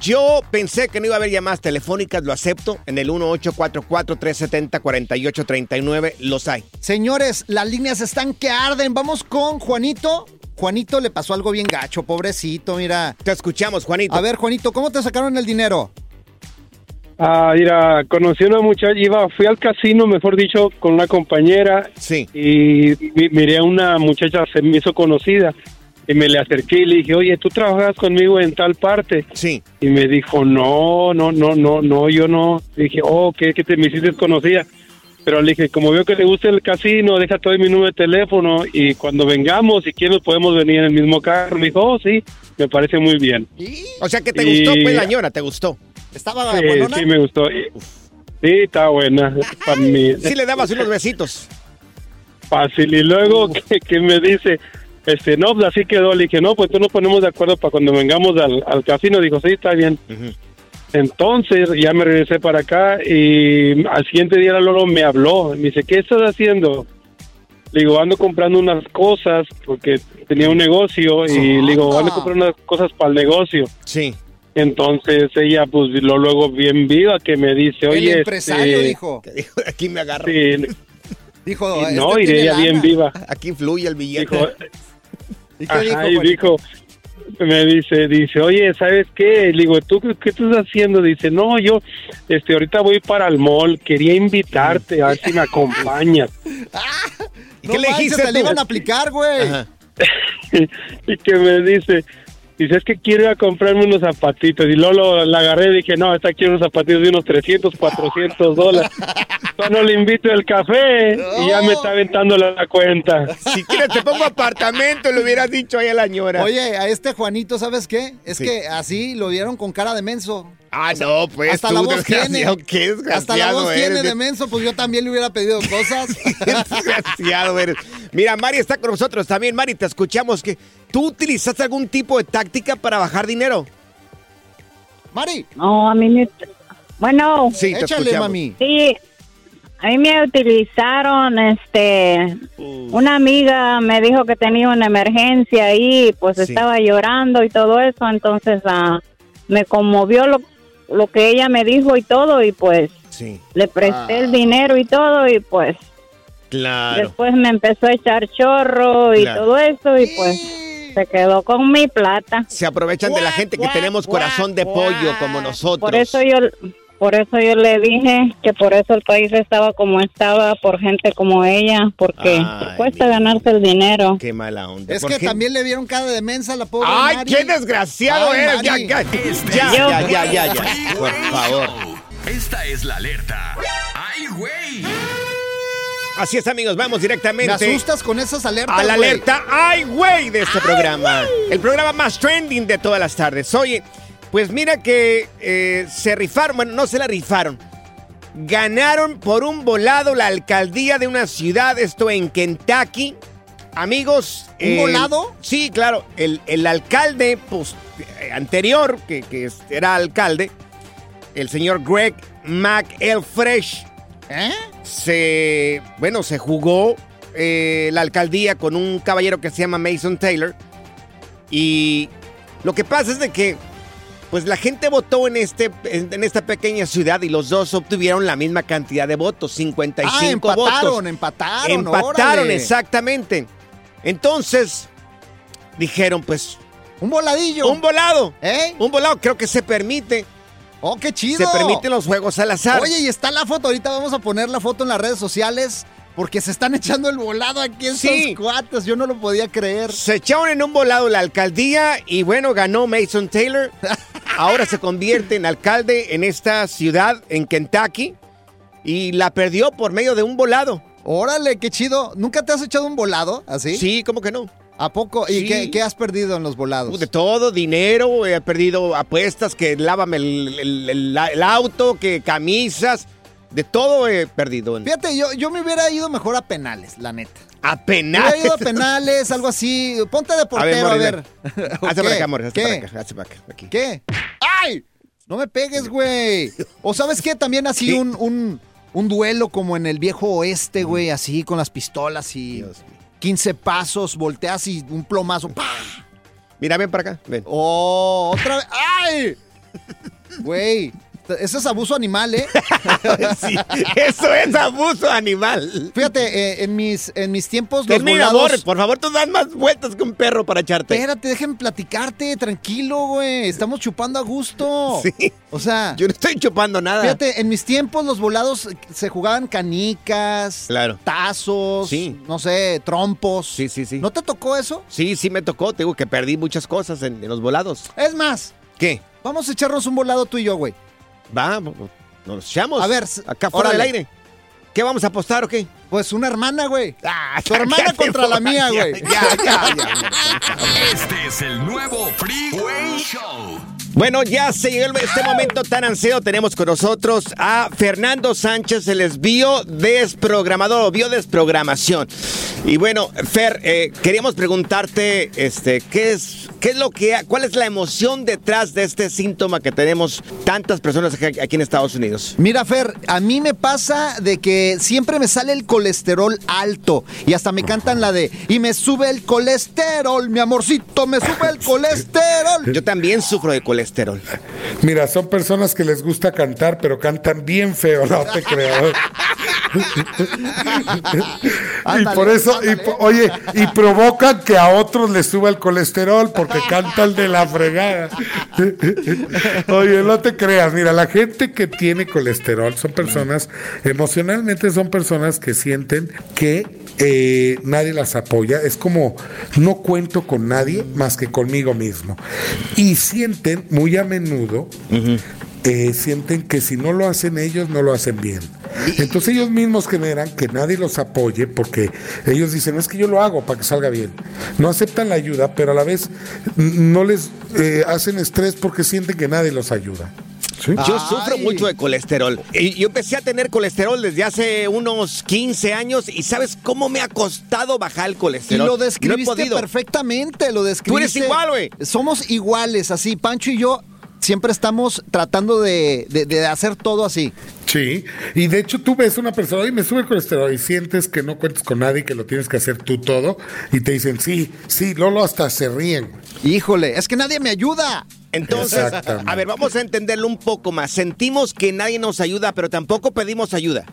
S1: Yo pensé que no iba a haber llamadas telefónicas, lo acepto. En el 1844-370-4839 los hay.
S2: Señores, las líneas están que arden. Vamos con Juanito. Juanito le pasó algo bien gacho, pobrecito, mira.
S1: Te escuchamos, Juanito.
S2: A ver, Juanito, ¿cómo te sacaron el dinero?
S11: Ah, mira, conocí una muchacha, iba, fui al casino, mejor dicho, con una compañera.
S1: Sí.
S11: Y mi- miré a una muchacha, se me hizo conocida. Y me le acerqué y le dije, oye, ¿tú trabajas conmigo en tal parte?
S1: Sí.
S11: Y me dijo, no, no, no, no, no, yo no. Le dije, oh, que que te me hiciste desconocida. Pero le dije, como veo que te gusta el casino, deja todo mi número de teléfono y cuando vengamos, si quieres, podemos venir en el mismo carro. Me dijo, oh, sí, me parece muy bien.
S1: O sea que te
S11: Y-
S1: gustó, pues, la ñora, te gustó.
S2: Estaba
S11: Sí, sí me gustó. Y- Sí, está buena. Pa' mí.
S1: Sí le dabas unos besitos.
S11: Fácil. Y luego que, que me dice, este, no, pues así quedó. Le dije, no, pues tú nos ponemos de acuerdo para cuando vengamos al, al casino. Dijo, sí, está bien. Entonces ya me regresé para acá y al siguiente día la Lolo me habló. Me dice, ¿qué estás haciendo? Le digo, ando comprando unas cosas porque tenía un negocio y le digo, ando comprando unas cosas para el negocio.
S1: Sí.
S11: Entonces ella, pues lo luego bien viva que me dice, oye.
S2: el empresario
S11: este,
S2: dijo.
S1: Aquí me agarro.
S11: sí,
S2: Dijo,
S11: y
S2: este
S11: no, y
S2: tiene
S11: ella
S2: lana.
S11: bien viva.
S1: Aquí influye el billete.
S11: Dijo,
S2: ¿Y qué
S11: ajá,
S2: dijo,
S11: y
S2: Juanito?
S11: dijo, me dice, dice, oye, ¿sabes qué? Le digo, ¿tú qué, qué estás haciendo? Dice, no, yo, este, ahorita voy para el mall, quería invitarte, a ver si me acompañas.
S1: ¿Y qué le
S2: manches,
S1: dijiste
S2: te la
S1: tú?
S2: iban a aplicar, güey.
S11: y que me dice, dice, es que quiero ir a comprarme unos zapatitos. Y Lolo la agarré y dije, no, está aquí unos zapatitos de unos 300, 400 dólares. Solo le invito el café y ya me está aventando la, la cuenta.
S1: Si quieres te pongo apartamento, le hubieras dicho ahí a la ñora.
S2: Oye, a este Juanito, ¿sabes qué? Es
S1: Sí.
S2: que así lo vieron con cara de menso.
S1: Ah, no, pues
S2: Hasta
S1: tú,
S2: la voz tiene.
S1: desgraciado, qué desgraciado
S2: Hasta la voz
S1: eres,
S2: tiene de menso, pues yo también le hubiera pedido cosas.
S1: qué desgraciado eres. Mira, Mari está con nosotros también. Mari, te escuchamos que tú utilizaste algún tipo de táctica para bajar dinero.
S2: Mari,
S13: No, a mí me... Bueno.
S1: Sí, te Échale, escuchamos. mami.
S13: Sí, a mí me utilizaron, este...
S1: Uh.
S13: Una amiga me dijo que tenía una emergencia y pues
S14: Sí.
S13: estaba llorando y todo eso, entonces ah, me conmovió lo, lo que ella me dijo y todo y pues
S1: Sí.
S13: le presté el dinero y todo y pues
S1: Ah. Claro.
S13: después me empezó a echar chorro y
S1: Claro.
S13: todo eso y pues se quedó con mi plata.
S1: Se aprovechan de la gente que tenemos corazón de pollo como nosotros.
S13: Por eso yo por eso yo le dije que por eso el país estaba como estaba por gente como ella, porque
S1: Ay,
S13: cuesta ganarse el dinero.
S1: Qué mala onda.
S2: es
S1: ¿Por
S2: que
S1: qué?
S2: también le vieron cara de mensa a la pobre
S1: ¡Ay,
S2: Mari.
S1: qué desgraciado
S2: Ay, Este,
S1: eres! Ya,
S2: Mari.
S1: ya, ya, ya, ya, ya, ya. Por favor.
S4: Esta es la alerta. ¡Ay, güey!
S1: Así es, amigos, vamos
S2: Me
S1: directamente.
S2: asustas con esas alertas,
S1: A la
S2: güey.
S1: alerta ¡Ay, güey! de este programa. El programa más trending de todas las tardes. Oye, pues mira que eh, se rifaron, bueno, no se la rifaron. Ganaron por un volado la alcaldía de una ciudad, esto en Kentucky. Amigos.
S2: ¿Un volado?
S1: Sí, claro. El, el alcalde pues, eh, anterior, que, que era alcalde, el señor Greg McElfresh,
S2: ¿Eh?
S1: se, bueno, se jugó eh, la alcaldía con un caballero que se llama Mason Taylor. Y lo que pasa es de que, pues la gente votó en, este, en, en esta pequeña ciudad y los dos obtuvieron la misma cantidad de votos, 55
S2: Ah, empataron,
S1: votos.
S2: empataron,
S1: Empataron,
S2: órale.
S1: exactamente. Entonces, dijeron, pues...
S2: Un voladillo.
S1: Un volado.
S2: ¿Eh?
S1: Un volado, creo que se permite.
S2: Oh, qué chido.
S1: Se permiten los juegos al azar.
S2: Oye, y está la foto. Ahorita vamos a poner la foto en las redes sociales Porque se están echando el volado aquí en cuates. Yo no lo podía creer.
S1: Se echaron en un volado la alcaldía y bueno, ganó Mason Taylor. Ahora se convierte en alcalde en esta ciudad, en Kentucky. Y la perdió por medio de un volado.
S2: Órale, qué chido. ¿Nunca te has echado un volado así?
S1: Sí, ¿cómo que no?
S2: ¿A poco? ¿Y
S1: Sí. Uh,
S2: qué, qué has perdido en los volados?
S1: De todo, dinero, he perdido apuestas, que lávame el, el- el- el auto, que camisas, de todo he perdido.
S2: Fíjate, yo, yo me hubiera ido mejor a penales, la neta.
S1: A
S2: Me hubiera
S1: penales.
S2: ido a penales, algo así. Ponte de portero, a
S1: Morris,
S2: ver.
S1: ven. Hazte para
S2: ¿Qué?
S1: acá, Morris, hazte
S2: ¿Qué?
S1: para acá, hazte para acá, aquí.
S2: ¿Qué? ¡Ay! No me pegues, güey. O sabes qué, también así un, un, un duelo como en el viejo oeste, güey, así con las pistolas y 15 pasos, volteas y un plomazo. ¡pah!
S1: Mira, ven para acá, ven.
S2: Oh, otra vez. ¡Ay! Güey, eso es abuso animal, ¿eh?
S1: Sí, eso es abuso animal.
S2: Fíjate, eh, en, mis, en mis tiempos los
S1: Termina,
S2: volados...
S1: Morris, por favor, tú das más vueltas que un perro para echarte.
S2: Espérate, déjenme platicarte, tranquilo, güey. Estamos chupando a gusto.
S1: Sí.
S2: O sea,
S1: Yo no estoy chupando nada.
S2: fíjate, en mis tiempos los volados se jugaban canicas,
S1: Claro.
S2: tazos,
S1: Sí.
S2: no sé, trompos.
S1: Sí, sí, sí.
S2: ¿No te tocó eso?
S1: Sí, sí me tocó, te digo que perdí muchas cosas en, en los volados.
S2: Es más,
S1: ¿Qué?
S2: vamos a echarnos un volado tú y yo, güey.
S1: Vamos, nos echamos.
S2: A ver,
S1: acá fuera
S2: órale.
S1: del aire. ¿Qué vamos a apostar o qué?
S2: Pues una hermana, güey.
S1: Ah,
S2: Tu hermana
S1: cállate,
S2: contra la mía,
S1: ya,
S2: güey.
S1: ya, ya, ya.
S4: Este es el nuevo Freeway Show.
S1: Bueno, ya se llegó el- este momento tan ansiado. Tenemos con nosotros a Fernando Sánchez, el es biodesprogramador o biodesprogramación. Y bueno, Fer, eh, queríamos preguntarte, este, ¿qué es, qué es lo que, ha- cuál es la emoción detrás de este síntoma que tenemos tantas personas aquí, aquí en Estados Unidos?
S2: Mira, Fer, a mí me pasa de que siempre me sale el colesterol alto y hasta me cantan la de y me sube el colesterol, mi amorcito, me sube el colesterol.
S1: Yo también sufro de colesterol.
S14: Mira, son personas que les gusta cantar, pero cantan bien feo, no te creo. y
S2: Ándale,
S14: por eso, y po- oye, y provocan que a otros les suba el colesterol porque cantan de la fregada. oye, no te creas, mira, la gente que tiene colesterol son personas, emocionalmente son personas que sienten que eh, nadie las apoya, es como no cuento con nadie más que conmigo mismo. Y sienten muy a menudo eh, sienten que si no lo hacen ellos, no lo hacen bien. Entonces ellos mismos generan que nadie los apoye porque ellos dicen, es que yo lo hago para que salga bien. No aceptan la ayuda, pero a la vez n- no les eh, hacen estrés porque sienten que nadie los ayuda. ¿Sí?
S1: Yo sufro mucho de colesterol. Y yo empecé a tener colesterol desde hace unos 15 años y ¿sabes cómo me ha costado bajar el
S2: Y
S1: colesterol?
S2: lo
S1: no he
S2: describiste
S1: podido.
S2: perfectamente, lo describiste.
S1: Tú eres igual, güey.
S2: Somos iguales, así. Pancho y yo siempre estamos tratando de, de- de hacer todo así.
S14: Sí, y de hecho tú ves una persona y me sube el colesterol y sientes que no cuentas con nadie, que lo tienes que hacer tú todo y te dicen, sí, sí, Lolo hasta se ríen.
S2: Híjole, es que nadie me ayuda.
S1: Entonces,
S14: Exactamente.
S1: a ver, vamos a entenderlo un poco más. Sentimos que nadie nos ayuda, pero tampoco pedimos ayuda.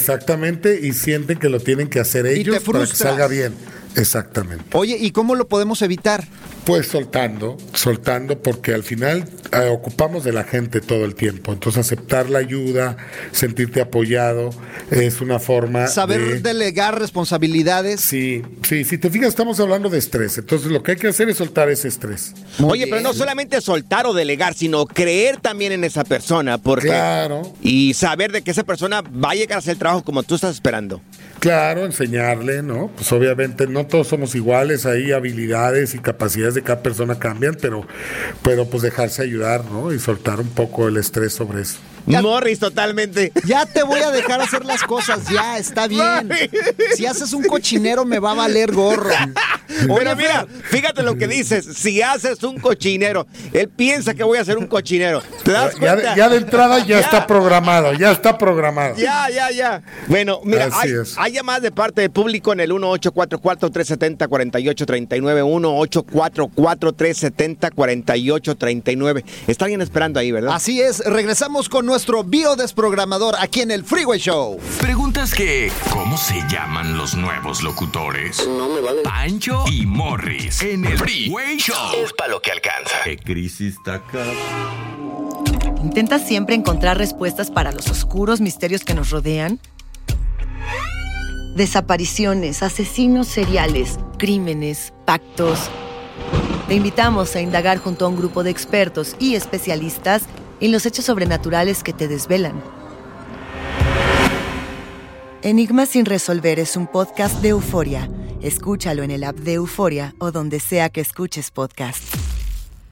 S14: Exactamente, y sienten que lo tienen que hacer
S2: Y te
S14: ellos para que
S2: frustras.
S14: salga bien. Exactamente.
S2: Oye, ¿y cómo lo podemos evitar?
S14: Pues soltando, soltando, porque al final eh, ocupamos de la gente todo el tiempo. Entonces aceptar la ayuda, sentirte apoyado, es una forma
S2: Saber
S14: de...
S2: delegar responsabilidades.
S14: Sí, sí, si te fijas, estamos hablando de estrés. Entonces lo que hay que hacer es soltar ese estrés.
S1: Oye, pero no solamente soltar o delegar, sino creer también en esa persona, porque
S14: Claro.
S1: y saber de que esa persona va a llegar a hacer el trabajo como tú estás esperando.
S14: Claro, enseñarle, ¿no? Pues obviamente no todos somos iguales, hay habilidades y capacidades de cada persona cambian, pero, pero pues dejarse ayudar, ¿no? Y soltar un poco el estrés sobre eso.
S1: Morris, totalmente.
S2: Ya te voy a dejar hacer las cosas, ya, está bien. Si haces un cochinero me va a valer gorro.
S1: Pero mira, fíjate lo que dices. Si haces un cochinero, él piensa que voy a hacer un cochinero. ¿Te das
S14: Ya de,
S1: cuenta?
S14: ya de entrada ya, está programado, ya está programado.
S1: Ya, ya, ya. Bueno, mira,
S14: Así
S1: hay,
S14: es.
S1: hay llamadas de parte del público en el 1844-370-4839, 1844-370-4839. Están bien esperando ahí, ¿verdad?
S2: Así es, regresamos con nuestro biodesprogramador aquí en el Freeway Show.
S4: Preguntas que, ¿cómo se llaman los nuevos locutores? Pancho y Morris en el Freeway Show. Es para lo que alcanza. ¿Qué crisis está acá?
S7: ¿Intenta siempre encontrar respuestas para los oscuros misterios que nos rodean?
S8: desapariciones, asesinos seriales,
S7: crímenes, pactos. Te invitamos a indagar junto a un grupo de expertos y especialistas en los hechos sobrenaturales que te desvelan. Enigma sin resolver es un podcast de euforia. Escúchalo en el app de Euforia o donde sea que escuches podcast.